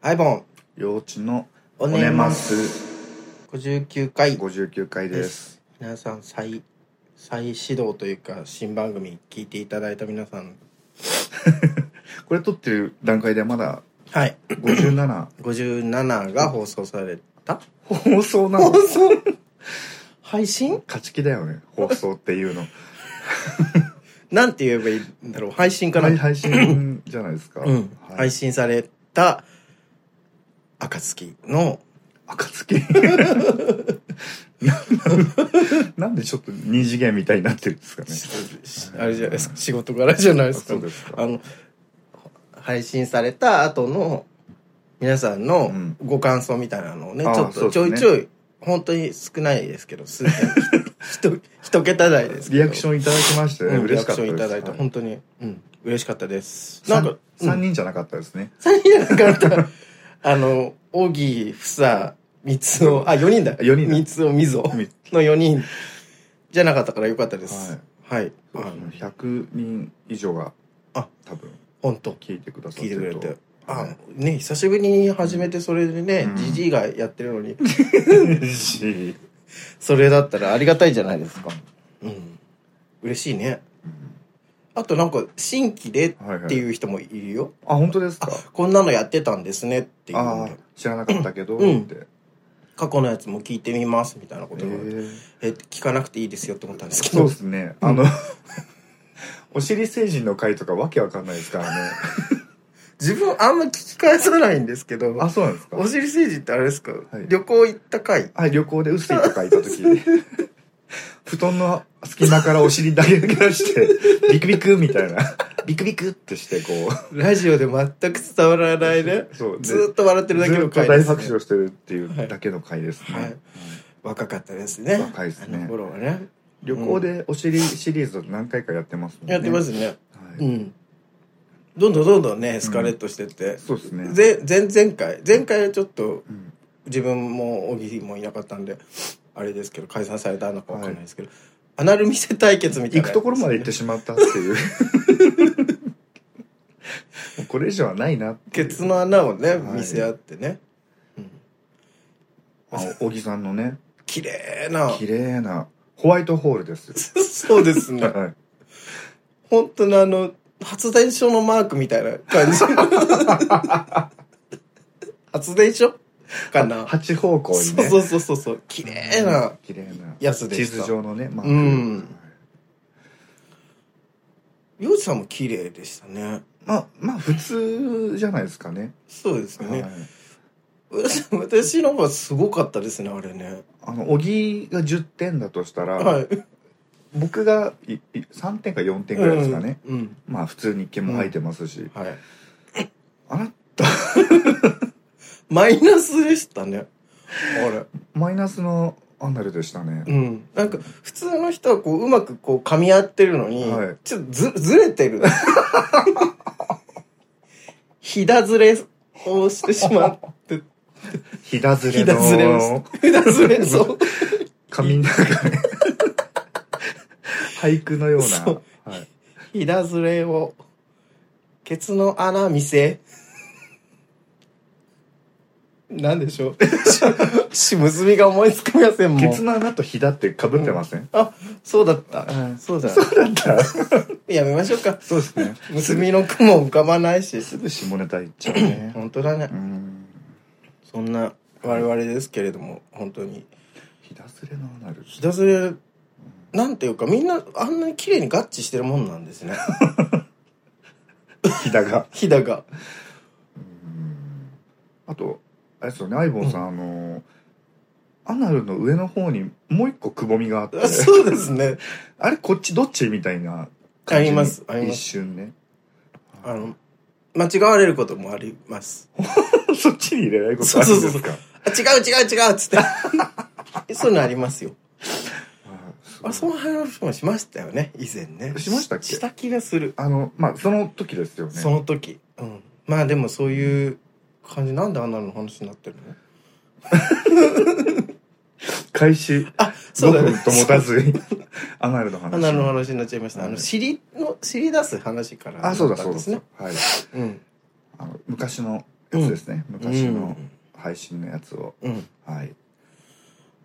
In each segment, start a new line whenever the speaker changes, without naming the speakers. はい、ボン。
幼稚の
おねます。59回
五十九回
で
です。
す。皆さん、再、再始動というか、新番組聞いていただいた皆さん。
これ撮ってる段階でまだ
はい。
五十七
57が放送された
放送なの。
送配信
勝ち気だよね。放送っていうの。
なんて言えばいいんだろう配信かな、
はい配信じゃないですか。
うん。
は
配
い。
信された、暁の、
暁。 なんなんでちょっと二次元みたいになってるんですかね。
あれじゃないですか、仕事柄じゃない
あ
ですか
そう。ですか。
あの、配信された後の皆さん
う
の
ん
ご感想みたいなのをね、
ああ
ちょっ
そ
と
う
ち
で
ょ
す
い
ね
ちょい、本当に少ないですけど、 数件、ひと、一桁台ですけど。
リアクションいただきましてね、
うん、リ
嬉
ア
しか
ク
っ
シ
た
ョン
です。
いただいて、
はい
本当に、うん、嬉しかったです。な
三
んか、
三
うん
人じゃなかったですね。
三人じゃなかった。 あの、オギ、フサ、ミツオ、あ、四人だ。
四人だ
ミツオ、ミゾ
み
の四人じゃなかったからよかったです。はい。あの
100人以上が
あ
多分
本当
聞いてくださっ
聞いて
て
くれ
る
て
と。
あ
は
ね久しぶりに始めてそれでね
うん
じじいがやってる のに
いし
それだったらありがたいじゃないですかうん嬉しいねあとなんか新規でっ
はいはい
ていう人もいるよ
あ本当ですか
こんなのやってたんですねってい
あ
うん
あ
で
知らなかったけどっ
うん
て、
過去のやつも聞いてみますみたいなこ
え
とが
ー
え聞かなくていいですよって思ったんですけ
そう
ど
ですねあの お尻成人の回とかわけわかんないですからね
自分あんま聞き返さないんですけ ど
あそうなんですか
お尻政治ってあれですか
い
旅行行った回
はい旅行で薄いとかいた 時布団の隙間からお尻だけ抜け出してビクビクみたいなビクビクってしてこう
ラジオで全く伝わらない ね
そうで
ずーっと笑ってるだけの
ずっ
回
と
で
大
す、
爆
ね、
笑してるっていうだけの回ですね、
はいはい若かったですね
若いです
あ
ね
の頃はね
旅行でお尻シリーズを何回かやってますもんね
やってますね
はい
うんどんどんどんどんねエスカレートしてって、
そうですね
ぜ前前回前回はちょっと
うん
自分も小木もいなかったんであれですけど解散されたのかわかんないですけど、アナル見せ対決みたい
行
な
くところまで行って
て
しまったって いうもうこれ以上はないなっていう
ケツの穴をね
はい
見せ合ってね、うん、
あ小木さんのね
綺麗な
綺麗なホワイトホールですよ
そうです ね
はい
本当のあの発電所のマークみたいな 感じ発電所かな
八方向に
そう
ね
そうそうそうそう綺麗な
綺麗な
やつで
地
した
図上のねマーク
うん
はい
洋治さんも綺麗でしたね
まあまあ普通じゃないですかね
そうですね、
はい
私私の方がすごかったですねあれね
あの小木が10点だとしたら、
はい
僕がいい3点か4点ぐらいですかね、
うん、
まあ普通に毛も生えてますし、
うんはい
あら
マイナスでしたねあれ
マイナスのアンダルでしたね、
うんなんか普通の人はこううまくこう噛み合ってるのに、
はい
ちょっとずずれてる ひだずれをしてしまって
ひだず
ひ
れの
だずれをしてひだずれそう
髪の中ね 俳句のような
そう
はい、
ひだずれをケツの穴見せなんでしょ うし結びが思いつきませんも
ケ
ん
ツの穴とひだってかぶってません、
あそうだった、
うん
そうだ
そうだったら
やめましょうか
そうで すね
結びの雲浮かばないし
すぐ下ネタ言っちゃうね
本当だね
うん
そんな我々ですけれども本当に
ひだずれのアナル
ひたすらなんていうかみんなあんなに綺麗に合致してるもんなん ですね
ひ だが
ひだが
うんあとあれですよねアイボンさん、あのアナルの上の方にもう一個くぼみがあって
あそうですね
あれこっちどっちみたいな感じ
あり
に
ますあります
一瞬ね
あの間違われることもあります
そっちに入れないことあるんで
そうそ
す
うそ
か
あ違う違う違うっつって そういうのありますよあそ
あ
の話もしましたよね以前ね
しましたっけ
した気がする
あのまあその時ですよね
その時、うん、まあでもそういう感じなんであんなの話になってるの
開始
あ
5
そうだね
分と持たずに アナルの話
あんなの話になっちゃいました、あ
は
の
い
尻の尻出す話から
あそうだ
だっ
そ
たです
うんだ
ね
そうだはい
うん
あの昔のやつですね、昔
うん
の配信のやつを、
うん
はい、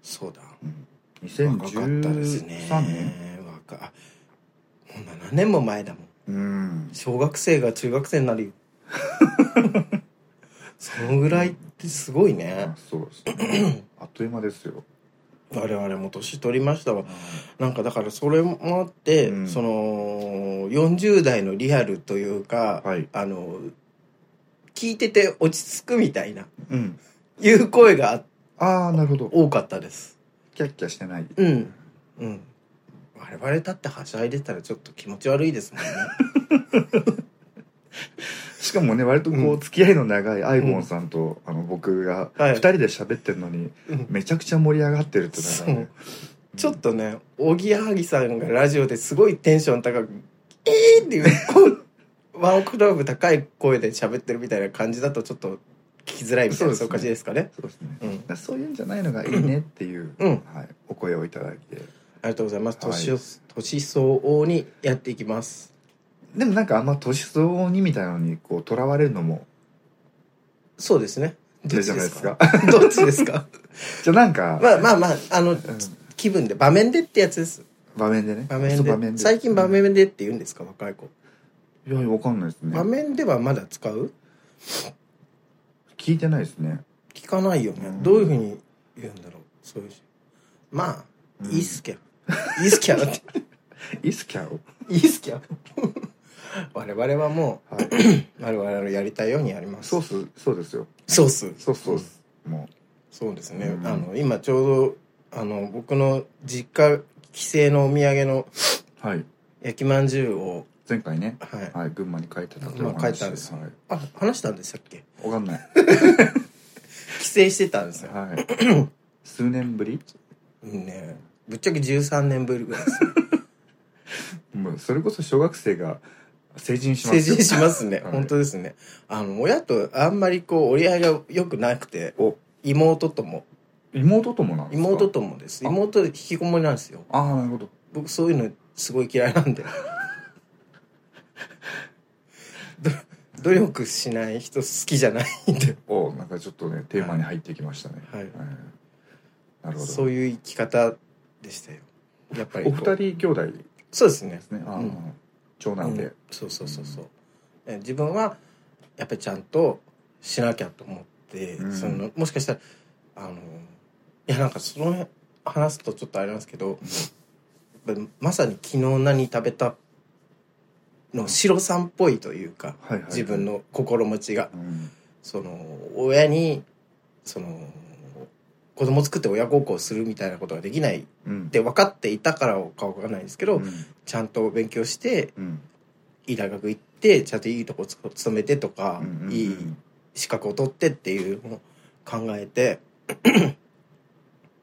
そうだ
うん、
若かったですね
2013年
若あもう7年も前だもん
うん
小学生が中学生にな るよそのぐらいってすごいね
あそうです ねあっという間ですよ、
我々も年取りましたわなんかだからそれもあって、
うん
その40代のリアルというか、
はい
あの聞いてて落ち着くみたいな
うん、
いう声が
ああなるほど
多かったです
キャッキャしてない
うんうん我々だってはしゃいでたらちょっと気持ち悪いですもんね
しかもね割とこ
う
う付き合いの長いアイボンさんと、あの僕が
はい
2人で喋ってるのに
うん
めちゃくちゃ盛り上がってるってのがね
ちょっとねおぎやはぎさんがラジオですごいテンション高く「えー!」っていうこう ワンクラブ高い声で喋ってるみたいな感じだとちょっと聞きづらいみたいなそ,、
そ
いう
ううですね
感じですかね。
そうですね
うん
だからそういうんじゃないのがいいねっていう、
うん
はい、お声をいただい
あ
て
りがとうございます。
はい
年を、年相応にやっていきます。
でもなんかあんま年相応にみたいなのにこうとらわれるのも
そうですね。
嫌じゃないですか
どっちです か。
じゃあなんか、
まあまあまあ、あの、
うん
気分で、場面でってやつです。
場面でね
場面
そう
で。
場面で
最近場
い
面でって言うんですか、若い子。
やわかんないですね
場面ではまだ使う
聞いてないですね
聞かないよね。
うん
どういうふうに言うんだろう。そういうし。まあ、
うん
いいっすきゃ。いいっすきゃだって。
イスキャオ
いいっすきゃ。 我々はも、
はいう
我々のやりたいようにやります。
ソースそうですよ
そうっす。
ソースソースも
そうですね、
うん
あの今ちょうどあの僕の実家帰省のお土産の
うはい
焼きまんじゅうを、
前回ね
はい、
はい群馬に帰ってたというお
まあ
話
帰ったんです
はい
あ話したんでしたっけ
わかんない
帰省してたんですよ、
はい数年ぶり
うんねぶっちゃけ13年ぶりぐらいですね
もうそれこそ小学生が成人します
成
よ
人しますね、
はい
本当ですねあの親とあんまりこう折り合いが良くなくて
お
妹とも
妹ともなんですか
妹ともです
あ
妹引きこもりなんですよ
ああなるほど
僕そういうのすごい嫌いなん でど努力しない人好きじゃないんで
おなんかちょっとねテーマに入ってきましたね
はい
うんなるほど
そういう生き方でしたよやっぱり
お二人兄弟で
そうですね
すねあー
うん
長男
う
で
んそうそうそうそうえ自分はやっぱりちゃんとしなきゃと思って、
うん
そのもしかしたらあのいやなんかその辺話すとちょっとあれなんですけど、やっぱりまさに昨日何食べたの白さんっぽいというか、
はいはい
自分の心持ちが
うん
その親にその子供作って親孝行するみたいなことができない
うん
って分かっていたからかわかんないんですけど、
うん
ちゃんと勉強して
うん
いい大学行ってちゃんといいとこつ勤めてとか、
うんうんうん
いい資格を取ってっていうのを考えて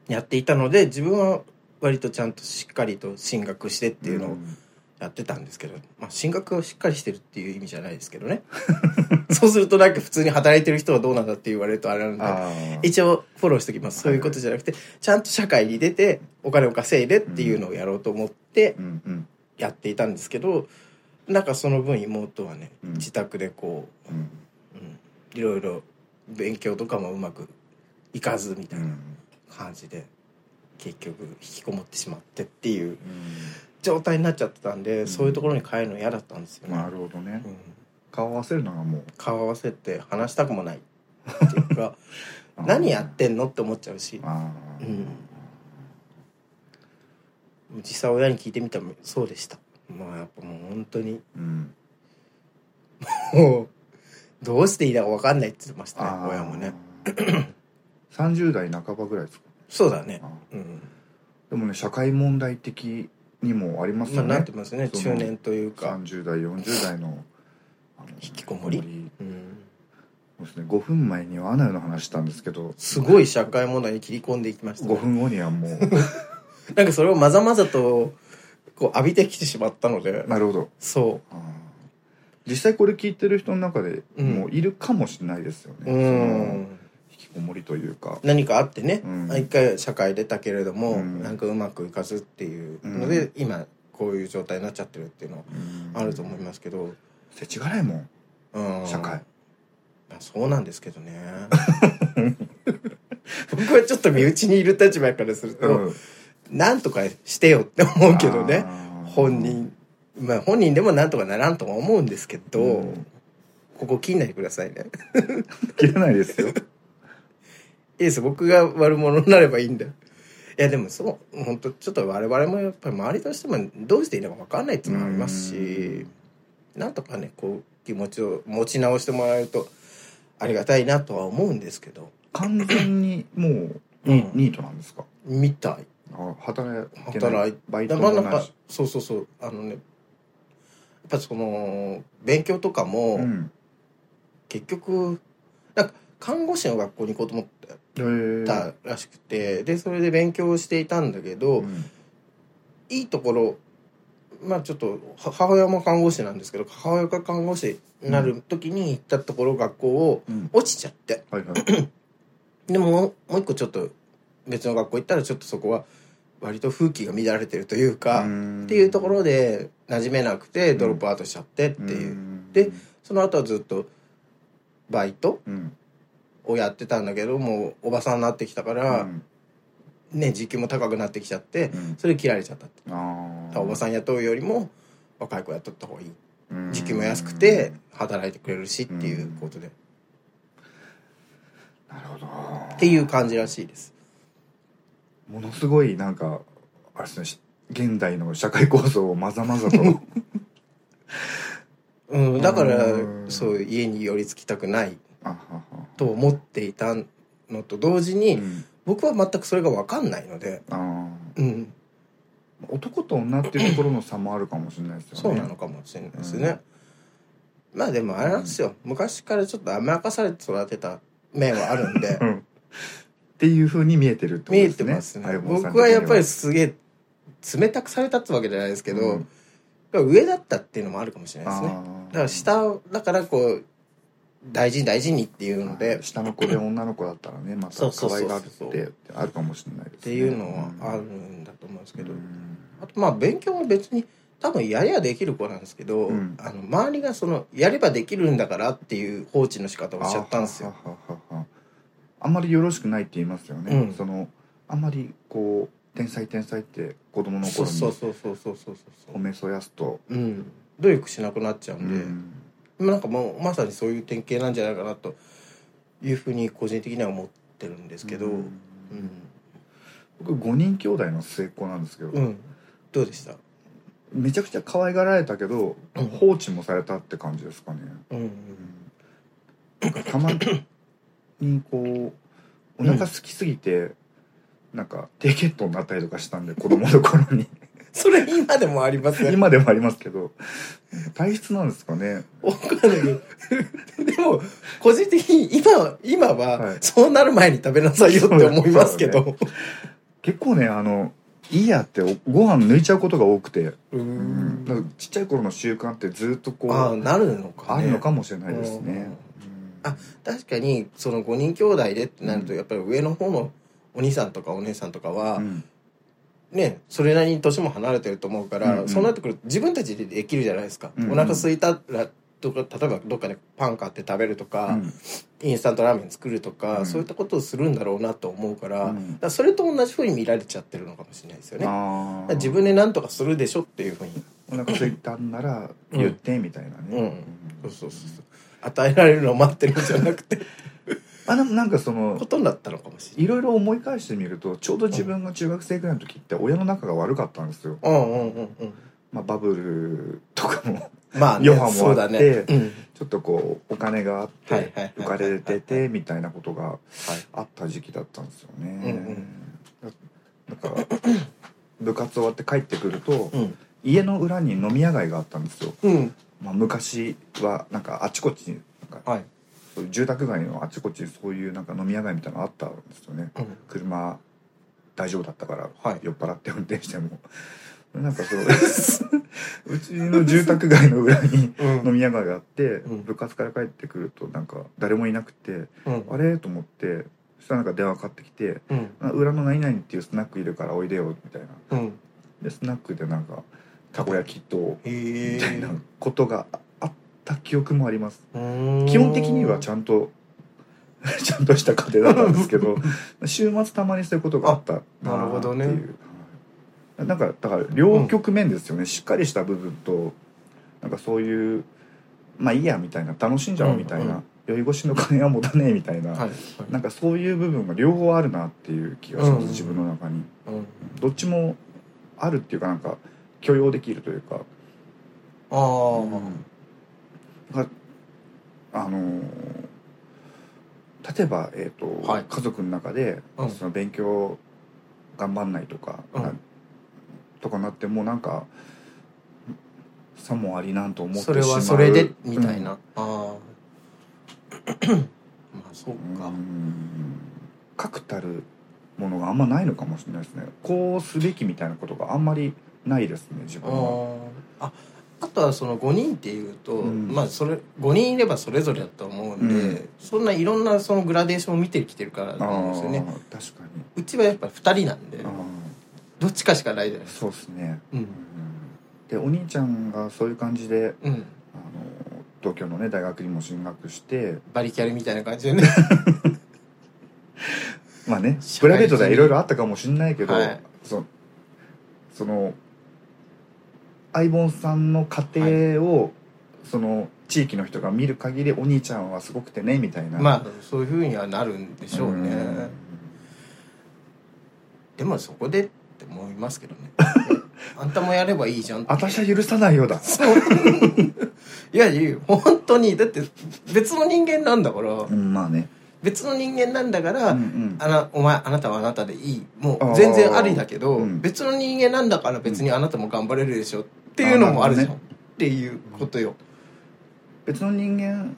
やっていたので自分は割とちゃんとしっかりと進学してっていうのを
ん
やってたんですけど、まあ、進学をしっかりしてるっていう意味じゃないですけどね そうするとなんか普通に働いてる人はどうなんだって言われるとあれなんで
あー
一応フォローしておきますそういうことじゃなくてちゃんと社会に出てお金を稼いでっていうのをやろうと思って
うんうん
やっていたんですけどなんかその分妹はね
うん
自宅でこ
うん
う、うん、いろいろ勉強とかもうまくいかずみた
う
いなん感じで結局引きこもってしまってっていう
う
状態になっちゃってたんで
ん
そういうところに変えるの嫌だったんですよ
ん
ね。
なるほどね
うん
顔合わせるのがもう
顔合わせて話したくもないっていうか
あー
何やってんのって思っちゃうし
ああ
うん実際親に聞いてみたらそうでしたまあやっぱもう本当に
うん
もうどうしていいのか分かんないって言ってました
あ
ね
ー
親も ね
30代半ばぐらいですか
そうだね
あー
うん
でもね社会問題的にもあります
ま
よ
あ
ね、
なってますね
そ
中
の
年というか
30代40代のあの
引きこもり
引き
うん
そうですね5分前にはアナウの話したんですけど
すごい社会問題に切り込んでいきましたね
5分後にはもう
なんかそれをまざまざとこう浴びてきてしまったので
なるほど
そ
あー実際これ聞いてる人の中で
うん
もういるかもしれないですよね、
うう
その
ん
引きこもりというか
何かあってね、
うん
一回社会出たけれども、
うん
なんかうまくいかずっていうので、
う
今こういう状態になっちゃってるっていうのはあると思いますけど、
すせちがらいもん
うん
社会
あそうなんですけどね 僕はちょっと身内にいる立場からすると、
うん
なんとかしてよって思うけどね
あー
本人まあ本人でもなんとかならんとは思うんですけど、
うん
ここ切んないでくださいね
切らないですよ
いいです僕が悪者になればいいんだよいやでもそう本当ちょっと我々もやっぱり周りとしてもどうしていいのか分かんないっていうのもありますしなんとかねこう気持ちを持ち直してもらえるとありがたいなとは思うんですけど、
完全にもう
うん、
ニートなんですか
みたい
あ働いてない
働い
バイ
だ
ト
まあな
も
ん
ない
か
し
そうそうそうあのねやっぱその勉強とかも、
うん
結局なんか看護師の学校に行こうと思って
へー
たらしくて、でそれで勉強していたんだけど、
うん
いいところまあちょっとは母親も看護師なんですけど母親が看護師になる時に行ったところ学校を
うん
落ちちゃって
はいはい
でももうもう一個ちょっと別の学校行ったらちょっとそこは割と風紀が乱れてるというか、
っ
っていうところ
で
で馴染めなくてドロップアウトしちゃってっていう、でその後はずっとバイト
うん
をやってたんだけどもうおばさんになってきたから、ね時給も高くなってきちゃって
うん
それ切られちゃったって
あ
だか
ー
らおばさん雇うよりも若い子雇った方がいい
うん
時給も安くて働いてくれるしっていうことでっ
なるほど
ていう感じらしいです
ものすごいなんかあれですねし現代の社会構造をまざま ざと
うんだから
うん
そう家に寄りつきたくない
あはは
と思っていたのと同時
う
に
ん
僕は全くそれが分かんないので
あー
うん
男と女っていうところの差もあるかもしれないですよね
そうなのかもしれないですね、まあでもあれなんですよ昔からちょっと甘やかされて育てた面はあるんで
うんっていうふうに見えてるってこ と
見え
です
て
ね
ますね
相棒さん的に
僕はやっぱりすげえ冷たくされたってわけじゃないですけど、
うん
だから上だったっていうのもあるかもしれないですね
あー
だから下だからこう大事に大事にっていうので、
はい下の子で女の子だったらねまた
そうそうそうそ
可愛
う
がるってあるかもしれないですね、
っていうのはある
で
んだと思うんですけど、
うん
あとまあ勉強も別に多分やりゃできる子なんですけど、
うん
あの周りがそのやればできるんだからっていう放置の仕方をしちゃったんですよ。
あははははあんまりよろしくないって言いますよね、
うん
そのあんまりこう天才天才って子供の
そう
頃
そう
に
そうそうそうそうそ
お
う。
めそやすと、
うん、努力しなくなっちゃう
うん
で、
ん
なんかもうまさにそういう典型なんじゃないかなというふうに個人的には思ってるんですけど、う
うんん僕5人兄弟の末っ子なんですけど、
うんどうでした、
めちゃくちゃ可愛がられたけど、
うん
放置もされたって感じですかね、
うん
なんかたまにこうお腹空きすぎて、なんか低血糖になったりとかしたんで子供の頃に
それ今でもありますね
今でもありますけど体質なんですかね
わかんないけど でも個人的に今は今
は
はいそうなる前に食べなさいよって思いますけど
結構ねあのいいやっておご飯抜いちゃうことが多くて、
うー
うんなんかちっちゃい頃の習慣ってずっとこう
ああ
あ
なるのか、ね、
るのかもしれないですね、
うん
うん
あ確かにその5人兄弟でってなると
うん
やっぱり上の方のお兄さんとかお姉さんとかは、
うん
ね、それなりに年も離れてると思うから、
うんうん
そうなってくると自分たちでできるじゃないですか、
うんうん
お腹空いたらとか例えばどっかでパン買って食べるとか、インスタントラーメン作るとか、
うん
そういったことをするんだろうなと思うから,、
う
だ
ん
からそれと同じふうに見られちゃってるのかもしれないですよね。だか
あ
ら
ー
自分で何とかするでしょっていうふうに、
お腹空いたんなら言ってみたいなね、
うん
う
そ
ん
うそうそうそう与えられるのを待ってるんじゃなくて
あでもなんかその
ことになったのかもしれない。
いろいろ思い返してみるとちょうど自分が中学生ぐらいの時って親の仲が悪かったんですよ、
うんうんうんうん、
まあ、バブルとかも
まあね
余波もあって
そうだね、うん
ちょっとこうお金があっ
はいは
て
いはい
浮かれててみたいなことが
はい
あった時期だったんですよね
ん、
だから部活終わって帰ってくると
うん
家の裏に飲み屋街があったんですよ、
うん
まあ、昔はなんかあちこちになんか
はい
そういう住宅街のあちこちにそういうなんか飲み屋街みたいなのあったんですよね
うん
車大丈夫だったから、
はい
酔っ払って運転しても なんかそううちの住宅街の裏に
うん
飲み屋街があって、
うん
部活から帰ってくるとなんか誰もいなくて
うん
あれと思ってそしたらなんか電話かかってきて
うん
「あ裏の何々っていうスナックいるからおいでよ」みたいな
うん
でスナックでなんかたこ焼きと
へえ
みたいなことがああった記憶もあります基
基
本的にはち
ゃん
ゃんと ちゃんとした家庭だったんです けど週末たまにそういうことがあったな
なるほどね
っていうはいなんかだから両局面ですよね、しっかりした部分となんかそういうまあいいやみたいな楽しんじゃおうみたいな、
うんうん
酔い越しの金は持たねえみたいな、
はい
なんかそういう部分が両方あるなっていう気がします、
うん
自分の中に。
うん
どっちもあるっていうかなんか許容できるというか
ああ、
があのー例えば、えーと
はい
家族の中で、
うん
その勉強頑張んないとか、
うん
なとかなってもうなんかさもありなんと思ってし
そ
ま
れ
う
はそれでみたい、な、ああまあそう
うん
か、
うん確たるものがあんまないのかもしれないですねこうすべきみたいなことがあんまりないですね自分は。
あーああとはその5人っていうと、
うん
まあそれ5人いればそれぞれだと思うんで、
うん
そんないろんなそのグラデーションを見てきてるから
あ
なんですよね
ー確かに
うちはやっぱり2人なんで
あ
どっちかしかないじゃないで
ー
すか
そうですね、
う
うんんでお兄ちゃんがそういう感じで
うん
あの東京のね大学にも進学して
バリキャリみたいな感じでね
まあね
社会人
プライベートではいろいろあったかもしれないけど、
はい
そのその相棒さんの家庭を、その地域の人が見る限りお兄ちゃんはすごくてねみたいな
まあそういうふうにはなるんでしょうね
ん
でもそこでって思いますけ どねあんたもやればいいじゃんって
私は許さないようだ
そういやいや本当にだって別の人間なんだから
うんまあね、
別の人間なんだから、
うんうん
あなお前あなたはあなたでいいも
あー
う全然ありだけど、
うん
別の人間なんだから別にあなたも頑張れるでしょっていうのもあるじゃん、
あーな
っていうことよ
別の人間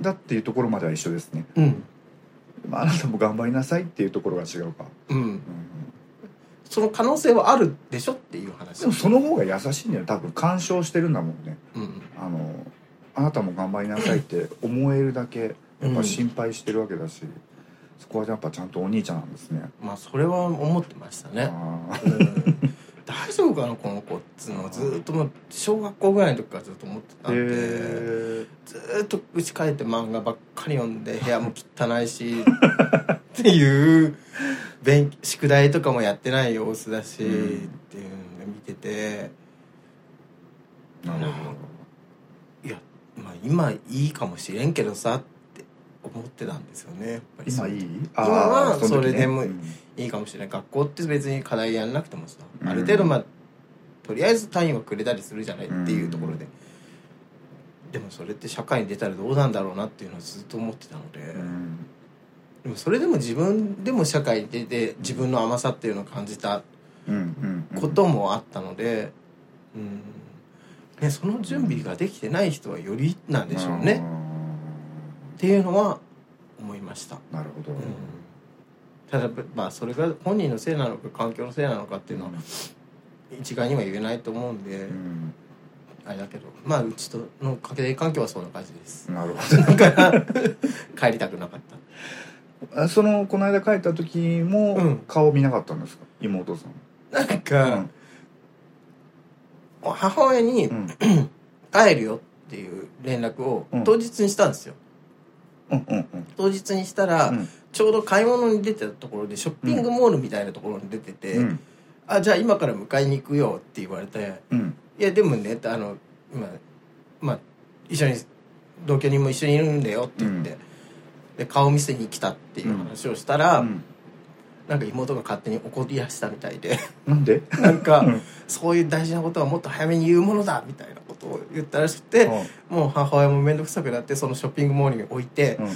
だっていうところまでは一緒ですね、
うん
まあ、あなたも頑張りなさいっていうところが違うか、
うん
うんうん
その可能性はあるでしょっていう話
でもその方が優しいんだよ多分干渉してるんだもんね
うん
あのあなたも頑張りなさいって思えるだけやっぱ心配してるわけだし、そこはやっぱちゃんとお兄ちゃんなんですね
まあそれは思ってましたね、
あ
うん大丈夫かなこの子っつうのはずーっともう小学校ぐらいの時からずっと思ってた
あ
ん
へ
で、
え
ずーっと家帰って漫画ばっかり読んで部屋も汚いしっていう勉宿題とかもやってない様子だし、
うん
っていうので見てて
なるほ
まあ今いいかもしれんけどさって思ってたんですよねやっぱり
ど今い
い
い
は
ーの時
それでも
うん
いいかもしれない学校って別に課題やんなくてもさ、
うん
ある程度まあとりあえず単位はくれたりするじゃないっていうところで、でもそれって社会に出たらどうなんだろうなっていうのはずっと思ってたので。
うん
でもそれでも自分でも社会でで自分の甘さっていうのを感じた
うんうんうん
こともあったので、うんね、その準備ができてない人はよりなんでしょうね、っていうのは思いました、
あーなるほど、
うん、ただまあそれが本人のせいなのか環境のせいなのかっていうのは一概には言えないと思うんで、
うん
あれだけどまあうちとの家庭環境はそんな感じです
なるほ
だから帰りたくなかった
どあそのこの間帰った時も、
うん
顔見なかったんですか妹さん
なんか、母親に
うん
帰るよっていう連絡を
うん
当日にしたんですよ、
うんうんうん
当日にしたら、
うん
ちょうど買い物に出てたところでショッピングモールみたいなところに出てて「
うん
あじゃあ今から迎えに行くよ」って言われて
うん
「いやでもねあの今、まあ、一緒に同居人も一緒にいるんだよ」って言って、
う
で顔見せに来たっていう話をしたら、
うん
なんか妹が勝手に怒り出したみたい で
なんで
なんか、
うん
そういう大事なことはもっと早めに言うものだみたいなことを言ったらしくて。もう母親も面倒くさくなってそのショッピングモールに置いて、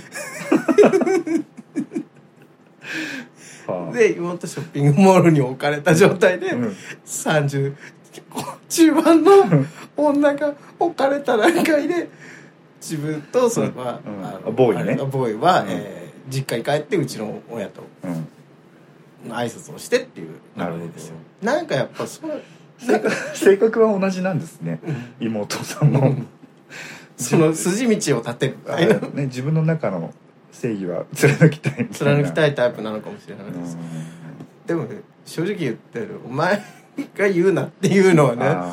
うん、
で妹ショッピングモールに置かれた状態で、
うんうん
30こう中盤の女が置かれた段階で自分とその、まあ
うん
あの
あボーイね
あれボーイは、
うん
えー実家に帰ってうちの親と
うん、
挨拶をしてっていう流れですよなんかやっぱそう
性格性格は同じなんですね
うん
妹さんも、
その筋道を立てるみ
あ
たい
れ
な
ね、自分の中の正義は貫きたいみたいな
貫きたいタイプなのかもしれないです、でもね正直言ってるお前が言うなっていうのは
うん
ねあ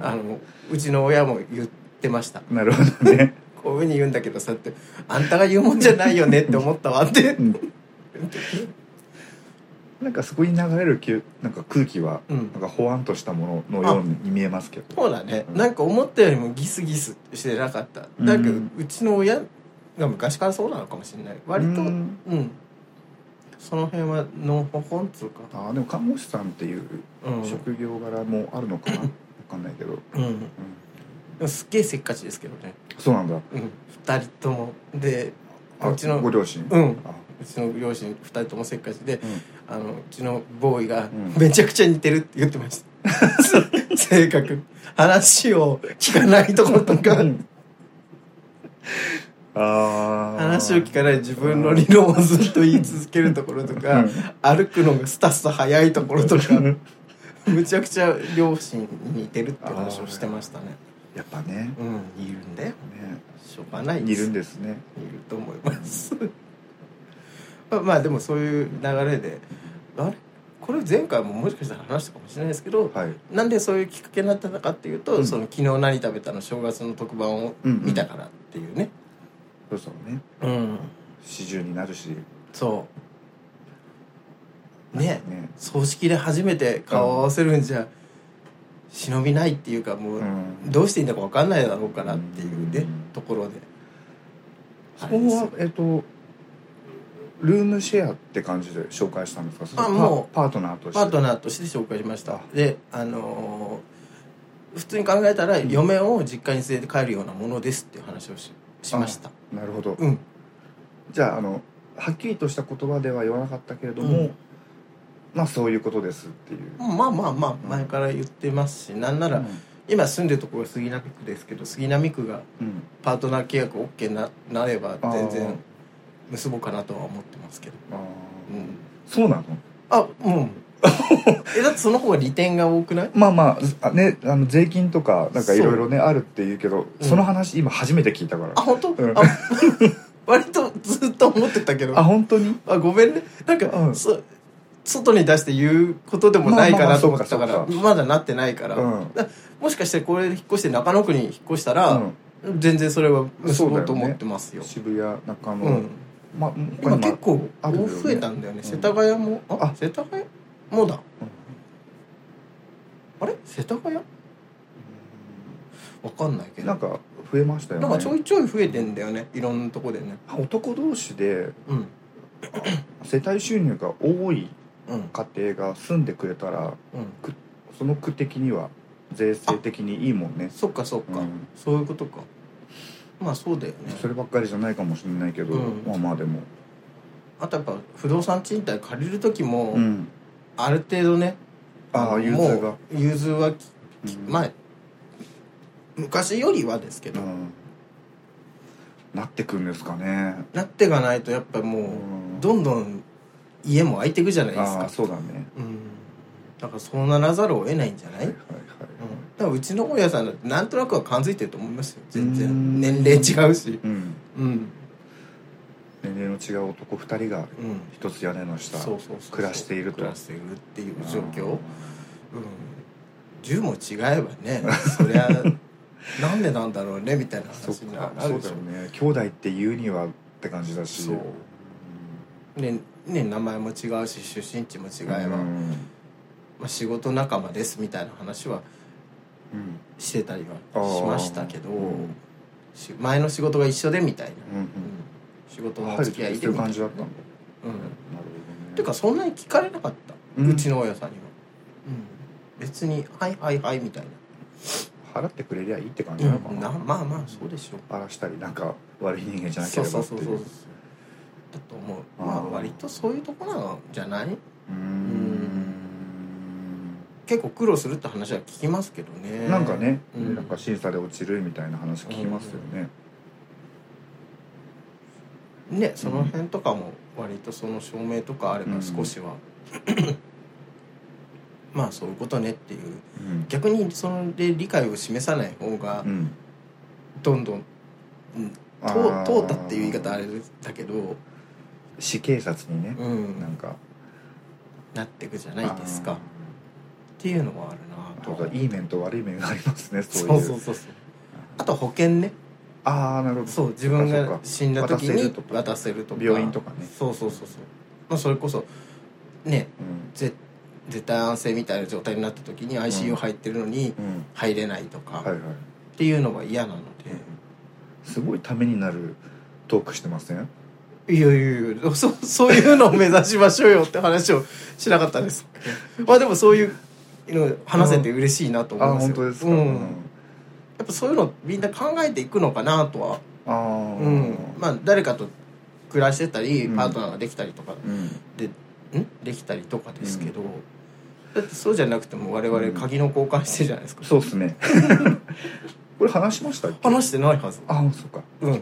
あ
のうちの親も言っってました
なるほどね、
こういうふうに言うんだけどさってあんたが言うもんじゃないよねって思ったわって
うんなんかそこに流れるきゅなんか空気は
うん
なんかほわんとしたもののように見えますけど
そうだね、
うん
なんか思ったよりもギスギスしてなかった
うん
だけどうちの親が昔からそうなのかもしれない割とう、
うんん
その辺はのほほんっつうか
あーでも看護師さんっていう
うん、
職業柄もあるのかな、わかんないけど、うん、
うん、でもすっげえせっかちですけどね、
そうなんだ
うん、2人ともで
あ
うちの
ご両親、
うん
あ
うちの両親2人ともせっかちで、
う
あのうちのボーイが
ん
めちゃくちゃ似てるって言ってました、 性格話を聞かないところとか
あー
話を聞かない自分の理論をずっと言い続けるところと
う
か
ん
歩くのがスタスタ早いところとかむちゃくちゃ両親に似てるって話をしてましたね
やっぱね
うんいるんだよ
ね
しょうがない
い
です
るんですね
いると思います まあまあでもそういう流れであれこれ前回ももしかしたら話したかもしれないですけど
はい
なんでそういうきっかけになったのかっていうと、
うん
その「昨日何食べた?」の正月の特番を
うんうん
見たからっていうね
そうそうね
うん、
四十になるし
そうね
ね
葬式で初めて顔を合わせるんじゃ忍びないっていうかも
う
うんどうしていいんだか分かんないだろうからっていうね、
うん
ところで
そこはえっとルームシェアって感じで紹介したんですかそれとも
あもう
パパートナーとして
パートナーとして紹介しました
あ
であのー普通に考えたら
ん
嫁を実家に連れて帰るようなものですっていう話をししました
なるほど
うん
じゃああのはっきりとした言葉では言わなかったけれども、
うん
まあそういうことですっていう、
まあまあまあ前から言ってますしなんなら今住んでるところが杉並区ですけど杉並区が
うん
パートナー契約 OK ななれば
あー
全然結ぼうかなとは思ってますけど、
あー
うん、
そうなの
あうん えだってその方が利点が多くない
まあまああねあの税金とかなんかいろいろねあるっていうけど、
うん
その話今初めて聞いたから
あ本当、
うん
あ 割とずっと思ってたけど
あ本当に
あごめんねなんか、
うん
そ外に出して言うことでもないか
まあま
な
あまあ
と思ってたから、
そうかそう
まだなってないから、
うん
もしかしてこれで引っ越して中野区に引っ越したら、
うん
全然それは結
そう
ぼう
だよね
と思ってますよ
渋谷中野、
うん、
まあ他
今
にもあ
結構
あるよね
増えたんだよね
ん
世田谷もあ
あ
世田谷もだ
うん
あれ世田谷わかんないけどな
な
んん
か増えましたよね
かちょいちょい増えてんだよねいろんなとこでね
男同士で
うん
世帯収入が多い
うん
家庭が住んでくれたら
うん
その区的には税制的にいいもんね
そっかそっか、
うん
そういうことかまあそうだよね
そればっかりじゃないかもしれないけど、
うん
まあまあでも、
あとやっぱ不動産賃貸借りる時も、
うん、
ある程度ね
ああ
の
融
も
通
う
が、
融通はき、
うん
まあ昔よりはですけ
う
ど、
ん、なってくんですかね、
なってがないとやっぱもう、
うん
どんどん家も空いていくじゃないです
ああ
か
そうだね
うんだからそうならざるを得ないんじゃない、
は
う
い
ん、
は
だ
いはい
からうちの大家さんだってなんとなくは感づいてると思いますよ全
う
然
ん
年齢違うし
うん、
うん
年齢の違う男2人が
うん
一つ屋根の下
そうそうそう
暮らしていると
暮らしているっていう状況うん銃も違えばねそり ゃなんでなんだろうねみたいな
そっ
話にな
かそ
る
う
で
だ
し
よね兄弟って言うにはって感じだし
そうょねね名前も違うし出身地も違
違
え
いは
ば、
う
ま
ん
あ、仕事仲間ですみたいな話は
うん
してたり
あ
は
ー
しましたけど、
うん
し前の仕事が一緒でみたいな、
うんうん
うん仕事のお
入る
付き合い
っ
で
てい
み
う
たい
感
な
じだったんだなる
うん
ほどね
ていうかそんなに聞かれなかった、う
うん
ちの親さんには、うん、別に「はいはいはい」みたいな
払ってくれりゃいいって感じなのか
うん、
な
なまあまあそうでしょう
荒らしたりなんか悪い人間じゃな
そ
け
う
れば
そう
って
そ
いう
そうだと思うまあ
あー
割とそういうとこなんじゃないう
ーん
結構苦労するって話は聞きますけどね
なんかね、
うん
なんか審査で落ちるみたいな話聞きますよね、
ねその辺とかも割とその証明とかあれば少しは、 まあそういうことねっていう
うん
逆にそれで理解を示さない方が
うん
どんどん、うん、
あ
と
ー
う通ったっていう言い方あれだけど、
死警察にね
う、ん、
なんか
なっていくじゃないですかっていうのはある
あ
な
ー
と
とかいい面と悪い面がありますねそう
そ
いう
うそうそうそうあと保険ね
ああなるほど
そう自分
そっ
が
か
死んだ時
渡せる
に
とか
渡せるとか
病院とかね
そうそうそうそう、まあ、それこそねぜ絶対安静みたいな状態になった時に ICU 入ってるのに
うん、うん、
入れないとか
はいはい、
っていうのは嫌なの
すごいためになるトークしてません
でいやいやいやそそういうのを目指しましょうよって話をしなかったですまあでもそういうの話せて嬉しいなと思い
あ
ますよ
本当ですか、
うん
うん
やっぱそういうのみんな考えていくのかなとは、
ああ
うんまあ誰かと暮らしてたり
うん
パートナーができたりとか
うん
で、んできたりとかですけど、だってそうじゃなくても我々鍵の交換してるじゃないですか、
そうですね これ話しましたっけ
話してないはず
ああそうか、
うん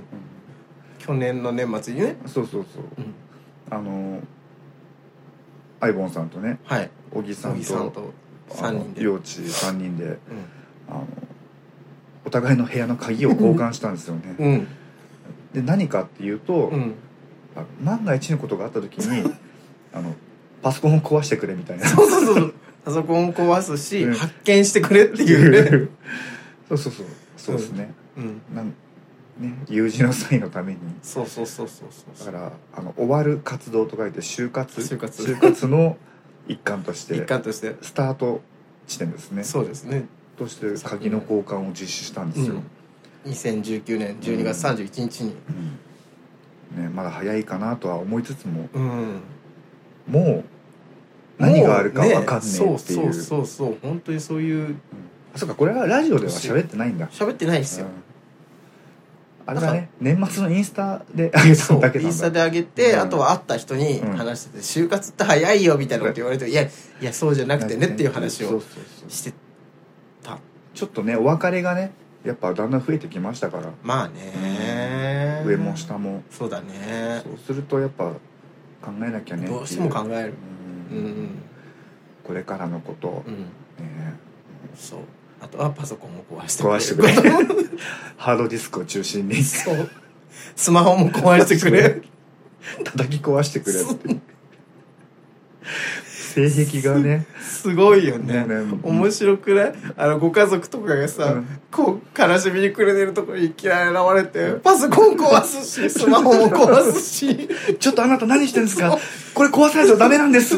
去年の年末にね、
うん、そうそうそう
うん、
あのアイボンさんとね
はい
小木さ
小
ん
木さん
と
と
あ
3
の
人で、うん
幼稚3人であのお互いの部屋の鍵を交換したんですよね
うん
で何かっていうと、
うん、
あの万が一のことがあった 時にあのパソコンを壊してくれみたいな
そうそうそうそうパソコン壊すし、
うん
発見してくれっていうね、
そうそうそうそうですね、
うん、
なんね友人の際のために
そうそうそうそうそう
だからあの終わる活動と書いて就活
就活
の一環として
一環として
スタート地点ですね
そうですね
として鍵の交換を実施したんですよ、
2019年12月31日に
うんね、まだ早いかなとは思いつつも
うん、
もう何があるか
もう
分かんねえってい
そ
う,、
うそうそうそう本当にそういう
あそうかこれはラジオでは喋ってないんだ
喋ってないですよ、
うんあれだね年末のインスタで上げ
そ
た
う
だけ
イ
な
ン
ん
スタ
だ
で上げて、
うん
あとは会った人に話してて「就活って早いよ」みたいなこと言われて「いやいやそうじゃなくてね」っていう話
そう
を
そうそう
して
ちょっとねお別れがねやっぱだんだん増えてきましたから
まあね
上も下も
そうだね
そうするとやっぱ考えなきゃねっていう
どうしても考えるう
うん
ん
これからのことを
う、ん
ね、
そうあとはパソコンを壊して
壊してくれハードディスクを中心に
そうスマホも壊してくれ
叩き壊してくれっていう性癖がね
すごいよね
ね
面白くないあのご家族とかがさ、
うん
こう悲しみに暮れてるところに嫌いられてパソコン壊す しスマホも壊すし
ちょっとあなた何してるんですかこれ壊さないとダメなんです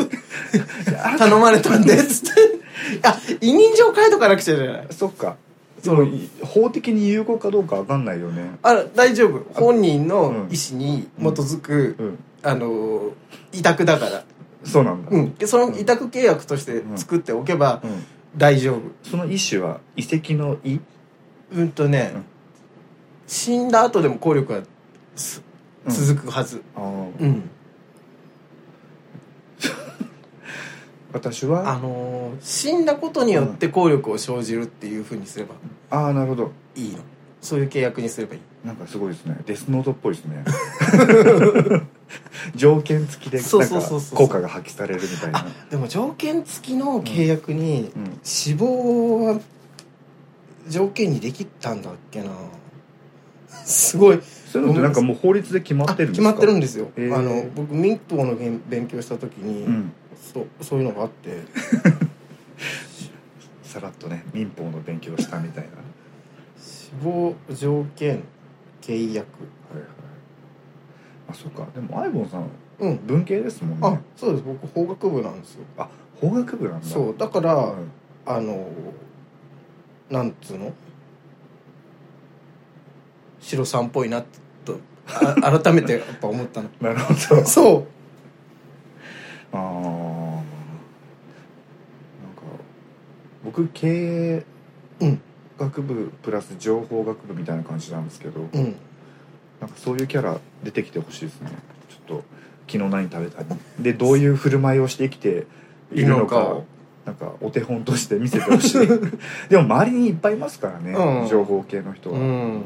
頼まれたんでつってあ委任状書いとかなくちゃじゃない
そっかで
そう
も法的に有効かどうかわかんないよね
あ大丈夫本人
うん
の意思に基づく、
うん
あの委託だから、
そうなんだ、
うん、でその委託契約として作っておけば
うん
大丈夫
その意思は遺跡の遺
うんとね、
うん
死んだ後でも効力はす
うん
続くはず
あー
うん
私は
あのー死んだことによって効力を生じるっていうふうにすれば
ああなるほど
いいのそういう契約にすればいい
なんかすごいですねデスノートっぽいです ね条件付きで
そう
なん
そう
か
そうそう
効果が発揮されるみたいな
でも条件付きの契約に
うん
死亡は条件にできたんだっけなすごい
そういうのってなんかもう法律で決ま
あ
ってるんです
決
か
まってるんですよ、
へー
あの僕民法の勉勉強した時に、
うん
そうそういうのがあって
さらっとね民法の勉強をしたみたいな
死亡条件契約
はいはいあそうかでもアイボンさん
うん
文系ですもん
あ
ね
そうです僕法学部なんですよ
あ法学部なんだ
そうだか
う
ら
ん
あのなんつうの白さんっぽいなとあ 改めてやっぱ思ったの
なるほ ど
そう
あーなんか僕経
うん
営学部プラス情報学部みたいな感じなんですけど、
うん
なんかそういうキャラ出てきてほしいですねちょっと昨日何食べたでどういう振る舞いをして生きているのか
いいの
をなんかお手本として見せてほし いでも周りにいっぱいいますからね、
うん
情報系の人は、
う
うん
ん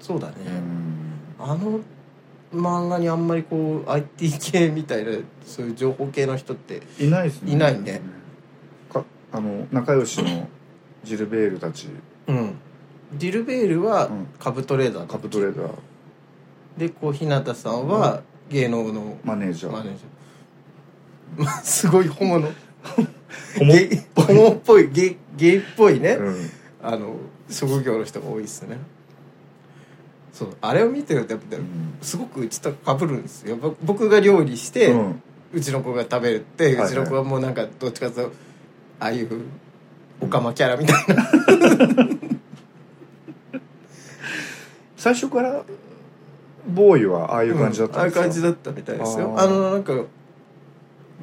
そうだね、
うん
あの漫画にあんまりこう IT 系みたいなそういう情報系の人って
いないですね
いないね
かあの仲良しのジルベールたち、
うんディルベールは
うん
株トレーダーだ
カブトレーダー
でこう日向さんは芸能の
マネージャー
マネージャーまあ すごいホモの
ホモ
ゲイホモっぽいゲイゲイっぽいね、
うん
あの職業の人が多いですねそうあれを見てるとやっぱ
うん
すごくうちとかぶるんですよぼ僕が料理して、
う
うんちの子が食べるって、
いはいう
ちの子はもうなんかどっちかというとああいうオカマキャラみたいな、
最初からボーイはああいう感じだっ
あ
た
あ
ん
い
で
う
すか、
感じだったみたいですよ
あ
あ
ー
のなんか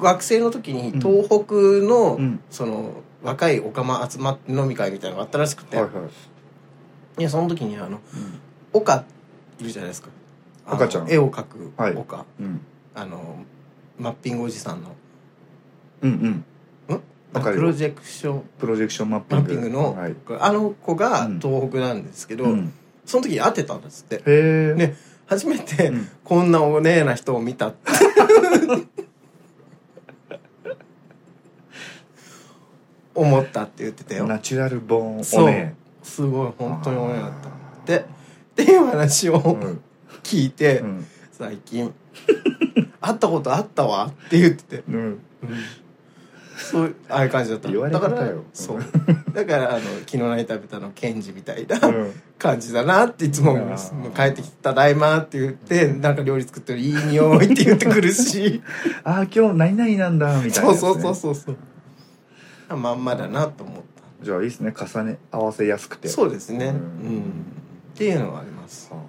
学生の時に
うん
東北の、
うん
その若いオカマ集まって飲み会みたいなのがあったらしくて、
はいはい、
いやその時にあの
うん
岡いるじゃないですかあの
岡ちゃん
絵を描く
はい
岡、
うん、
あのマッピングおじさんの
うんわかる
プ
よ
ロジェクション
プロジェクションマッピ
マ
ン
ッ
グ
ピングの、
はい
あの子が
うん
東北なんですけど、
うん、
その時に会ってたんですって
へえ、
ね初めて
うん
こんなおねえな人を見たって 思ったって言ってたよ
ナチュラルボーン
そう
オネ
すごい本当におねえだったっ
あー
てっていう話
う
を
ん
聞いて、
うん
最近会ったことあったわって言ってて
うん
そうああいう感じだった
言われ
だか
方
ら
よ
そうう んだからあの昨日何食べたのケンジみたいな
うん
感じだなっていつも思います
うん
もう帰ってきて「ただいま」って言ってなんか料理作ってるいい匂いって言ってくるし
ああ今日何々なんだ みたいな
そ
や
う
つね、
そうそうそうそうまんまだなと思っ
じゃあいいですね重ね合わせやすく
た
て
そうですね
う
うんんっていうのはあります
は
うん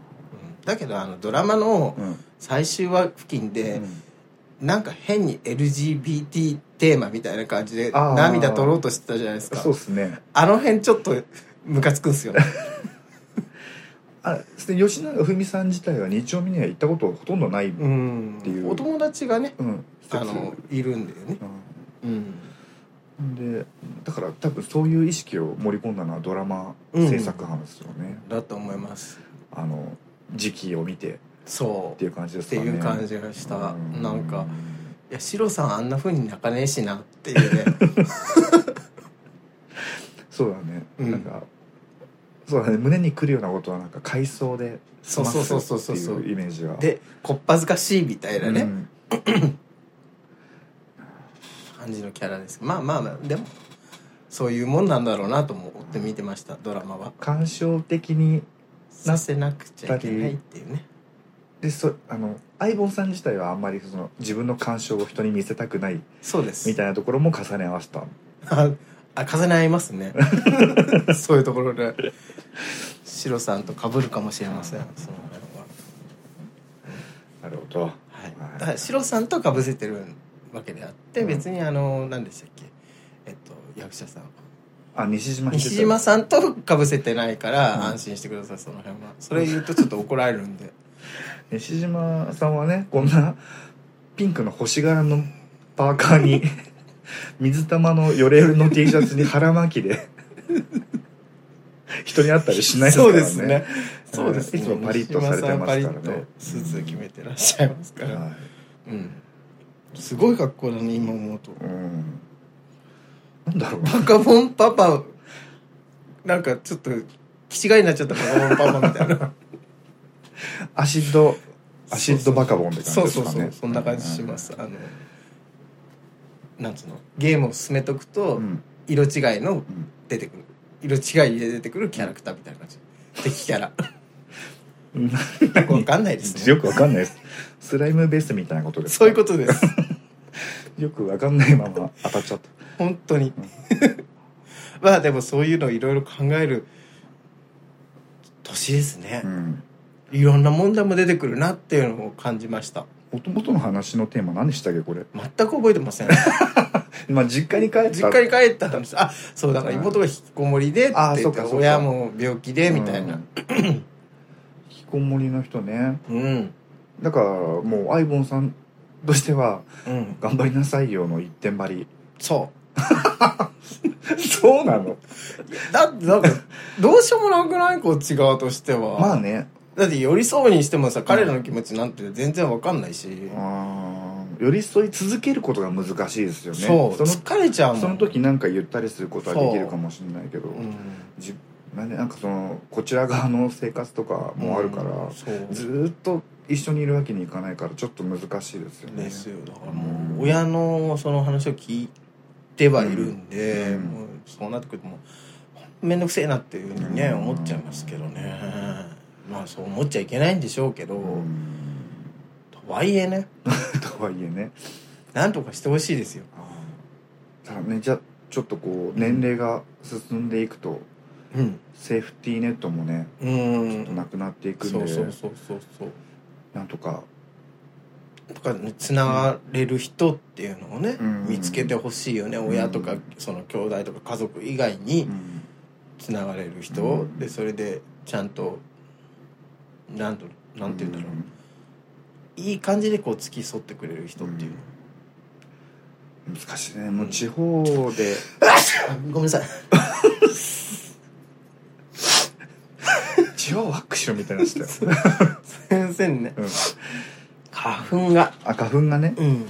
だけどあのドラマの
あうん
最終話付近で、
うん
なんか変に LGBT テーマみたいな感じで
あー
涙取ろうとしてたじゃないですか
そうですね
あの辺ちょっとムカつくん すよね
あで吉永文さん自体は日曜見には行ったことほとんどない、
う
うんってい
ん
う
お友達がねあ
あ
のいるんだよねうん
でだから多分そういう意識を盛り込んだのはドラマ制作班ですよね、
だと思います
あの時期を見てっ
そう
ていう感じで
っ
す
て
かね
いう感じがした
う
なんかいやシロさんあんな風に泣かねえしなっていうね
そうだね、
うん
なんかそうだね胸にくるようなことはなんか回想で済
そう
ま
そうそうそう
せ
そ
る
う
っ
そう
ていうイメージが
でこっぱずかしいみたいなね、
うん
感じのキャラですまあまあまあでもそういうもんなんだろうなとも思って見てましたドラマは
感傷的に
させなくちゃいけないっていうね
でそあのアイボンさん自体はあんまりその自分の感傷を人に見せたくない
そうです
みたいなところも重ね合わせた
ああ重ね合います ねそういうところでシロさんと被るかもしれませんその辺は
なるほど
はいだからシロさんと被せてるわけであって
うん
別にあの何でしたっけえっと役者さん
あ西島秀
西
俊
島さんと被せてないか
うん
ら安心してくださいその辺はそれ言うとちょっと怒られるん で
西島さんはねこんなピンクの星柄のパーカ ーに水玉のヨレヨレの T シャツに腹巻きで人に会ったりしないです
そ
か
う
らね
ですねそうですね
いつもパリッとされてますから
西島さん
ね
パリッとスーツ決めてらっしゃいますから、
は
うんすごい格好だね今思うと
いうんなんだろう
バカボンパパなんかちょっと気違いになっちゃったバカボンパパみたいな
アシッド アシッドバカボンって感じです
そ
か
うそ
ね
うそうそんな感じします、あのなんつうのゲームを進めとく
う
と
ん
色違いの
うん
出てくる色違いで出てくるキャラクターみたいな感じ敵キャラ
うん
よくわかんないですね
よくわかんないですスライムベースみたいなことですか
そういうことです
よくわかんないまま当たっちゃった
本当に まあでもそういうのいろいろ考える年ですね、
うん
いろんな問題も出てくるなっていうのを感じました
もともとの話のテーマ何でしたっけこれ
全く覚えてま せん
まあ実家に帰った
実家に帰った話あそうだから妹が引きこもりでって
あー
言
そ
っ
う
て
かそうか
親も病気でみたいな
うん引きこもりの人ね
うん、うん
だからもうアイボンさんとしては頑張りなさいよの一点張 り
そ
そうなの
うだって なんかどうしようもなくないこっち側としては、
まあね
だって寄り添うにしてもさ彼らの気持ちなんて全然わかんないし、
あー寄り添い続けることが難しいですよね
そう
そ
疲れちゃうも
の
ん
その時なんか言ったりすることはできるかもしれないけど、
うん
じなんでなんかそのこちら側の生活とかもあるから、
そう
ずーっと一緒にいるわけにいかないからちょっと難しいですよね
ですよだからもう親のその話を聞いてはいるんで、
うん
もうそうなってくるともう本面倒くせえなっていうふうにね
うん
思っちゃいますけどねまあそう思っちゃいけないんでしょうけど、とはいえね
とはいえ ね
なんとかしてほしいですよ、
ただねじゃあちょっとこう年齢が進んでいくと、
うん、
セーフティーネットもね
う
ちょっとなんくなっていくんで、
そうそうそうそうそう
なんとか
とかねつながれる人っていうのをね、
うん
見つけてほしいよね、親とか
うん
その兄弟とか家族以外に
うん
つながれる人、
うん
でそれでちゃんとなんとなんて言うんだろう、いい感じでこう付き添ってくれる人っていうの、
うん難しいねもう地方 で、
ごめんなさい
地方ワックしろみたいな 人よ、
先生ね
うん、
花粉が
あ花粉がね
うん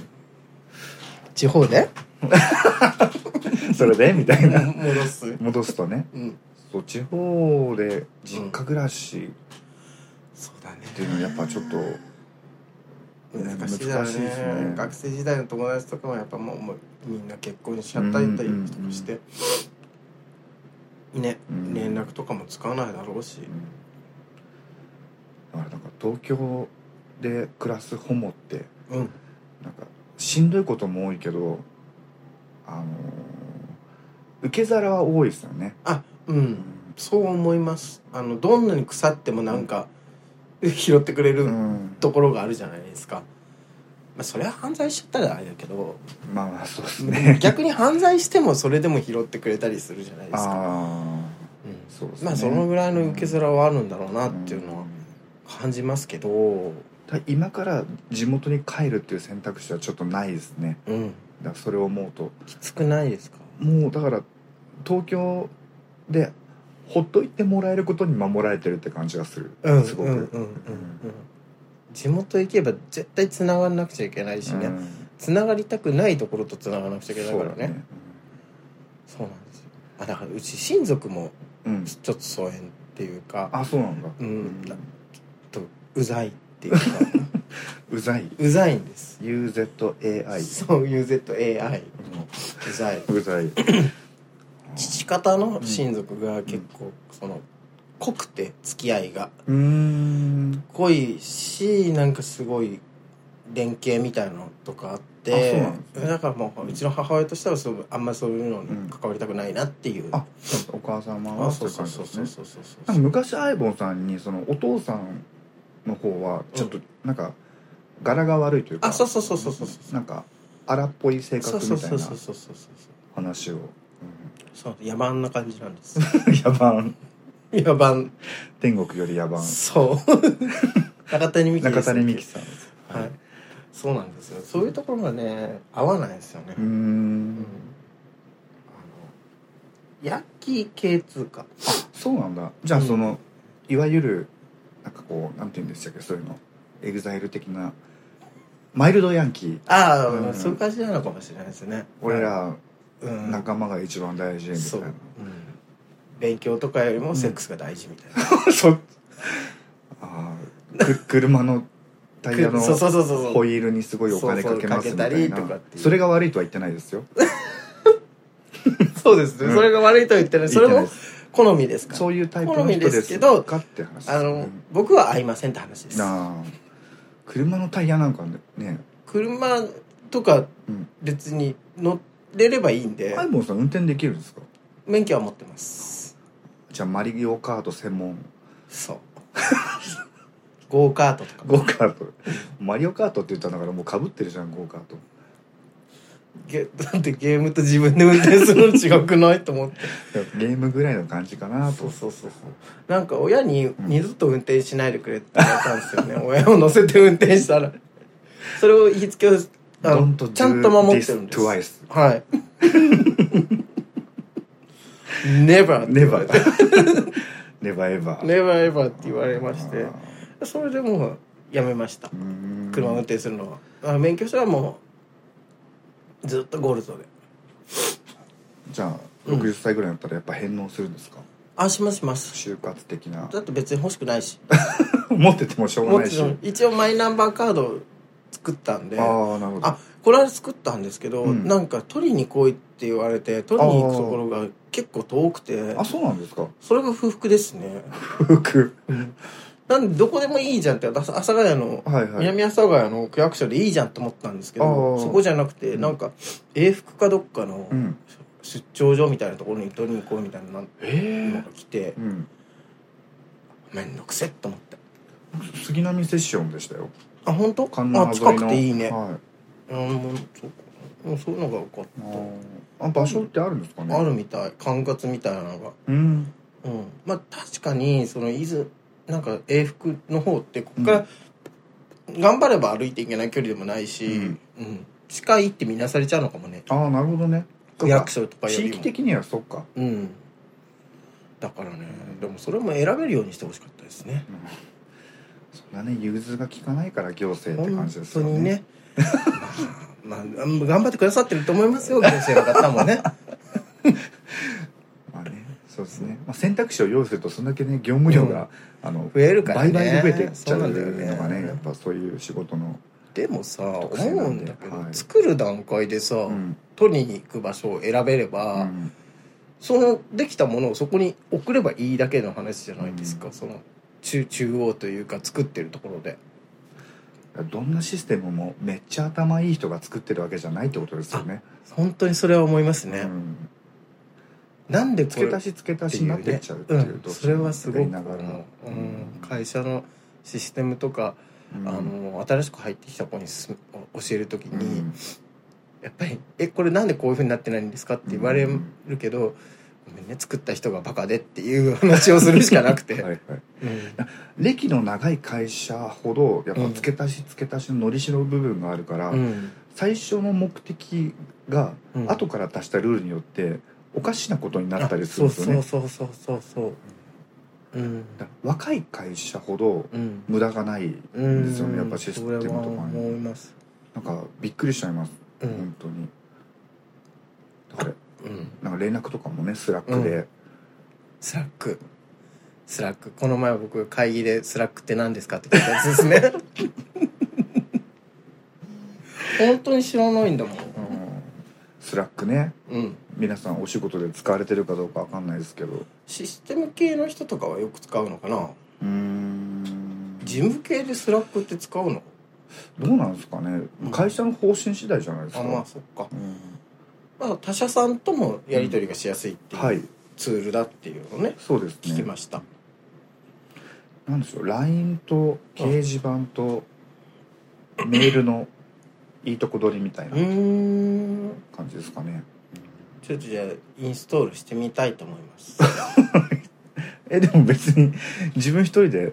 地方で
それでみたいな
戻す
戻すとね
うん
そう地方で実家暮らし
そうだね
っていうのはやっぱちょっと、
難しいだろう
難しい
ね
ですね
学生時代の友達とかもやっぱもうもうみんな結婚しちゃったりと
うんうんうん
かして、ね
うん
連絡とかも使わないだろうし
うんだからなんか東京で暮らすホモって
うん
なんかしんどいことも多いけどあのー受け皿は多いですよね、
あうんそう思いますあのどんなに腐ってもなんか、 拾ってくれ
う
る
ん
ところがあるじゃないですか、まあそれは犯罪しちゃったらあれだけど
まあまあそうですね
逆に犯罪してもそれでも拾ってくれたりするじゃないですか、
ああ
うん
そうですね
まあそのぐらいの受け皿はあるんだろうなっていうのは
ん
感じますけどうん、
だ今から地元に帰るっていう選択肢はちょっとないですねだからそれを思うと
きつくないですか
もうだから東京でほっといてもらえることに守られてるって感じがする、
うん
すごく、
うんうんうんうん地元行けば絶対つながんなくちゃいけないしね、
うん
つながりたくないところとつながらなくちゃいけないから
そうだ
ねそうなんですよあだからうち親族も
うん、うん
ちょっと疎遠っていうか
あそうなんだ、
うんうざいっていうか
うざいう
ざいんです
UZAI
そう UZAI うざい
うんうざい
父方の親族が結構その濃くて付き合いが
うーん
濃いしなんかすごい連携みたいのとかあっ
あそう
て
なんですね
だからもううちの母親としてはそうあんまりそういうのに関わりたくないなっていう、
あお母様は
あそう
い
そう
感じ
そうそ
です
う
ね
そうそう
なんか昔アイボンさんにそのお父さんの方はちょっとなんか柄が悪いというか、
あそうそうそうそうそうそう
なんか荒っぽい性格
そう
み
そう
たい
そう
な
そうそうそう
話を、うん、
そう野蛮な感じなんです
野蛮
野蛮
天国より野蛮
そう 中谷美紀で
中
す
谷美紀さんです
はい、そうなんですよそういうところがね合わないですよね、
うー
うん
ん
あのヤッキー系通貨
そうなんだじゃあ
うん
その、いわゆるなんかこうなんて言うんでしたっけそういうのエグザイル的なマイルドヤンキー
ああ、
うん
そういう感じなのかもしれないですね
俺、ら
うん、
仲間が一番大事みた
そ、
いう
う
な、
ん、勉強とかよりもセックスが大事みたいな、
そあーく車のタイヤの
そうそうそうそうそ
ホ
う
イールにすごいお金かけますみた
そうそうかけ
い
た
な
りとかっていう
それが悪いとは言ってないですよ
そうですね、
うん
それが悪いと言ってないそれ
言ってない
も
です
好みですから
そういうタイプ
好
の
み
人
で
ですす
けど
かって話
あの、
うん
僕は合いませんって話です
なあ車のタイヤなんかね
車とか
うん
別に乗れればいいんで、
アイボンさん運転できるんですか
免許は持ってます
じゃあマリオカート専門
そう ゴーカートとか
ゴーカー トマリオカートって言ったんだからもうかぶってるじゃんゴーカート
ゲだってゲームと自分で運転するの違くないと思って
ゲームぐらいの感じかな
そ
と
うそうそうそうなんか親に二度と運転しないでくれって言われたんですよね 親を乗せて運転したらそれを言いつけをあの
Don't do
ちゃんと守ってるんです
this twice
はい Never
ネバー ネバーエバー
Never ever って言われまして
あ
それでもうやめました
ーうーん
車を運転するのはあ免許証はもうずっとゴールドで
じゃあ
うん
60歳ぐらいになったらやっぱ返納するんですか
あしますします
就活的な
だって別に欲しくないし
持っててもしょうが
も
ないし
ちろん一応マイナンバーカード作ったんで
ああなるほど
あこれは作ったんですけど、
うん
なんか取りに来いって言われて取りに行くところが結構遠くて
あそうなんですか
それが不服ですね
服
なんでどこでもいいじゃんって私阿佐ヶ谷の
はいはい
南阿佐ヶ谷の区役所でいいじゃんと思ったんですけ
あ
ど
ー
そこじゃなくてなんか英福かどっかの
うん
出張所みたいなところに取りに行こうみたいなの
え
が来て
えうん
めんどくせっと思って
杉並セッションでしたよ
あ本当
観音
あ近くていいね
は
うんもうそうかもうそういうのが分かっ
いあーあ場所ってあるんですかね
たあるみたい管轄みたいなのが
うん
うんまあ確かにその伊豆なんか永福の方ってここから頑張れば歩いていけない距離でもないし、う
うんん
近いって見なされちゃうのかもね
ああなるほどね
区
そっか
役所とかよ
地
り
域
も
的にはそっか
うんだからねでもそれも選べるようにしてほしかったですね
うんそんなね融通が効かないから行政って感
本
じです
当
よ
に
ね
ね まあ、まあ頑張ってくださってると思いますよ行政の方も ね
まあねそうですね、まあ、選択肢を用意するとそんだけね業務量が、あの
増えるからね
倍々で増えてっちゃうの
そうなんだよ
がね
ね
やっぱそういう仕事の、
でもさ思
特性な
うんん
で
だけど、
はい
作る段階でさ、
うん
取りに行く場所を選べれば、
うん
そのできたものをそこに送ればいいだけの話じゃないですか、
うん
その中中央というか作ってるところで
どんなシステムもめっちゃ頭いい人が作ってるわけじゃないってことですよね。
本当にそれは思いますね、
うん、
なんでこ
付
れ
け足し付
っ
け
て
足し
い
になっ
う
てっ
ね
ちゃうっていう
うんそれはすごく
ながら
思
も、
ううん会社のシステムとか、
うん
あの新しく入ってきた子にす教える時
う
に、
ん
やっぱり「えこれなんでこういうふうになってないんですか?」って言われ
うん
るけど、ごめんね作った人がバカでっていう話をするしかなくて、
はいはい、
うん
歴の長い会社ほどやっぱ付け足し付け足しののりしろ部分があるから、
うん
最初の目的が
うん
後から足したルールによっておかしなことになったりするんですよね。
そうそうそうそうそうそううん
だから若い会社ほど
うん
無駄がない
うん
ですよねやっぱシステムとかね
それは思います
なんかびっくりしちゃいます、
うん
本当にだから
うん
なんか連絡とかもねスラックで、
スラックスラックこの前僕会議で「スラックって何ですか?」って聞いたやつです ね本当に知らないんだもん
うんスラックね
うん
皆さんお仕事で使われてるかどうかわかんないですけど
システム系の人とかはよく使うのかな
うーん
事務系でスラックって使うの
どうなんですかね
うん
会社の方針次第じゃないです
あ
か、
まあそっか、
うん
まあ、他社さんともやり取りがしやすいって
は
いう
い
ツールだっていうのをね
そうです
聞き
ね
ました、
なんでしょう LINE と掲示板とメールのいいとこ取りみたいうな
ーん
感じですかね、
ちょっとじゃあインストールしてみたいと思い ます。
えでも別に自分一人で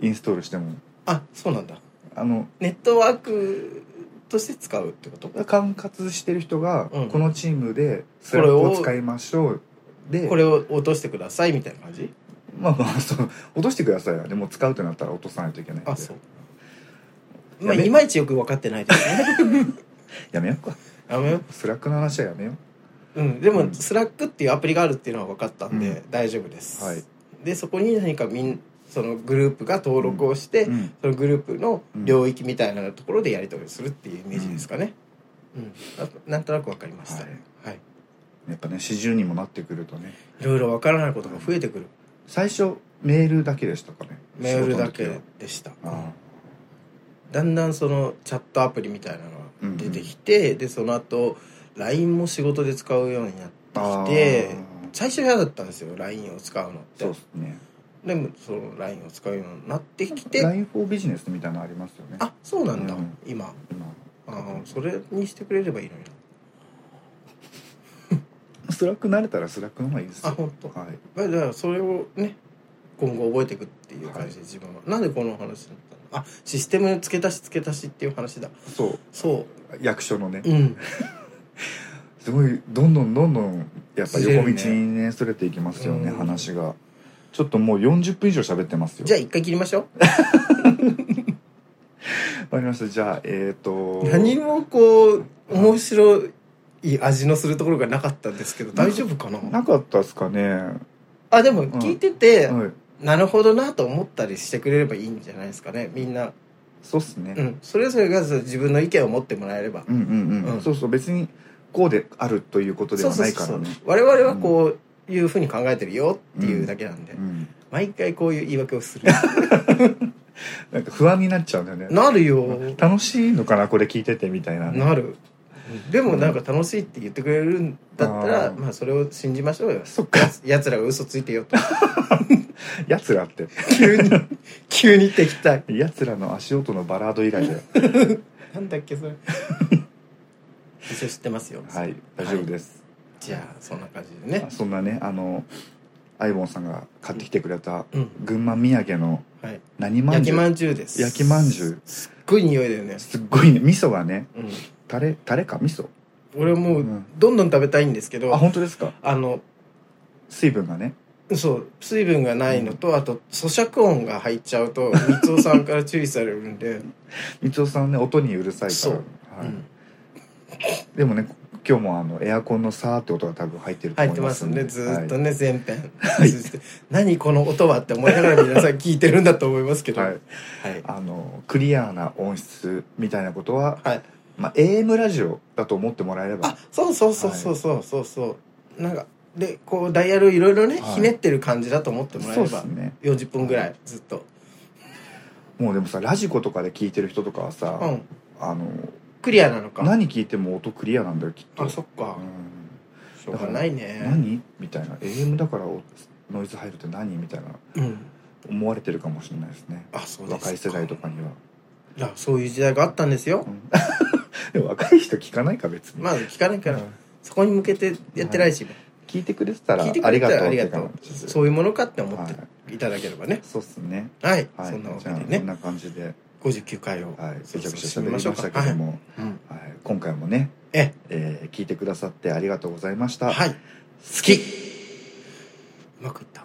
インストールしても
あ、そうなんだ。
あの
ネットワークとして使うってこと？
管轄してる人が、
うん
このチームで
こ
スラ
れ
ッ
を
クを使いましょうで
これを落としてくださいみたいな感じ？
まあ まあそう落としてくださいよでも使うってなったら落とさないといけないんで
あ、そう。まあ
やめ
いまいちよく分かってないですね。
やめようか
あの
スラックの話はやめよ
うん。で
う
も
ん
スラックっていうアプリがあるっていうのは分かったんで
う
大丈夫です。
はい。
でそこに何かみんそのグループが登録をして、
う、うん、
そのグループの領域みたいなところでやり取りするっていうイメージですかね。うん。あなんとなく分かりました。
はい
はい。
やっぱね四十にもなってくるとね
いろいろ分からないことが増えてくる。
最初メールだけでしたかね
メールだけ
仕事の時は
でした
あ
だんだんそのチャットアプリみたいなのが出てきて、でその後 LINE も仕事で使うようになって
あ
きて
あー
最初嫌だったんですよ LINE を使うのって
そうですね
でもその LINE を使うようになってきて
LINE for ビジネスみたいなのありますよね
あそうなんだ、
うん
今
今
あーそれにしてくれればいいのにな
スラック慣れたらスラックの方がいいです
あ
よ
本当。
はい
まあだからそれをね今後覚えていくっていう感じで自分は、なんでこの話になったのあシステム付け足し付け足しっていう話だ
そう
そ
役所のね
ううん
すごいどんどんどんどんやっぱ
ずれる
横
ね
道にねそれていきますよね
うん
話がちょっともう40分以上喋ってますよ
じゃあ一回切りましょう
わかりましたじゃあえっ、と
何もこう面白い味のするところがなかったんですけど大丈夫かな
なかったですかねは
あでも聞いてて、
い
なるほどなと思ったりしてくれればいいんじゃないですかねみんな
そうっすね、
うん、それぞれがそう自分の意見を持ってもらえれば
うんうんうん、
うん
そうそう別にこうであるということで
そう
は
そう
ない
そ
か
うそ
ら
う
ね
我々はこういうふうに考えてるよっていうだけなんで、
うん
毎回こういう言い訳をする
なんか不安になっちゃうんだよね
なるよ
楽しいのかなこれ聞いててみたいなね
なるでもなんか楽しいって言ってくれるんだったら、
うん
まあそれを信じましょうよ
そっか
やつらが嘘ついてよと
やつらって
急に 急に敵対
やつらの足音のバラード以外 で
なんだっけそれ一応知ってますよ、
はい大丈夫です、
じゃあそんな感じでね
そんなねあのアイボンさんが買ってきてくれた
うん
群馬土産の
はい
何まん
焼
じ
き
ゅう
まんじゅうです
焼きまんじゅう
すっごい匂いだよね、
すっごいね味噌はね
うん、
タレタレか味噌
俺もうどんどん食べたいんですけど、
あ本当ですか
あの
水分がね
そう水分がないのと、あと咀嚼音が入っちゃう と光雄さんから注意されるんで、
三尾さんね音にうるさいか
そう
ら、はい
うん
でもね今日もあのエアコンのさーって音が多分入ってると
入っ
思い
て
ま
ますすねずーっと
ね
ね、前編そして何この音はって思いながら皆さん聞いてるんだと思いますけど
はい、
はいはい、
あのクリアな音質みたいなことは、
はい
まあ、AM ラジオだと思ってもらえれば
あそうそうそうそうそうそうそうなんかでこうダイヤルいろいろね、
はい
ひねってる感じだと思ってもらえ
そう
れ
で
ば
す、ね
40分ぐらいずっと、
もうでもさラジコとかで聞いてる人とかはさ、
うん、
あの
クリアなのか
何聞いても音クリアなんだよきっと
あそっか、
うん
しょうがないね、
何みたいな AM だからおノイズ入るって何みたいな
うん、
思われてるかもしれないですね
あそうですか
若い世代とかには、
いやそういう時代があったんですよ
う、ん でも若い人聞かないか別に、
まあ聞かないから、
うん
そこに向けてやってないし、
聞いてくれてたら
聞いて
あ
くれ
り
た
がとう
らありがとう
って感じで
そういうものかって思っ
は
て
い
いただければね
そうっすね
はい、
はい
そんなわ
じ
け
ゃ
で
あこん
ね
な感じで
59回を
はいめち
そ
ゃ
ろ
くちゃ
そろ締
喋り
め
ま
ましょう
し
か
たけども、
うん
はい今回もね、
え
えー聞いてくださってありがとうございました、
はい
好き
うまくいった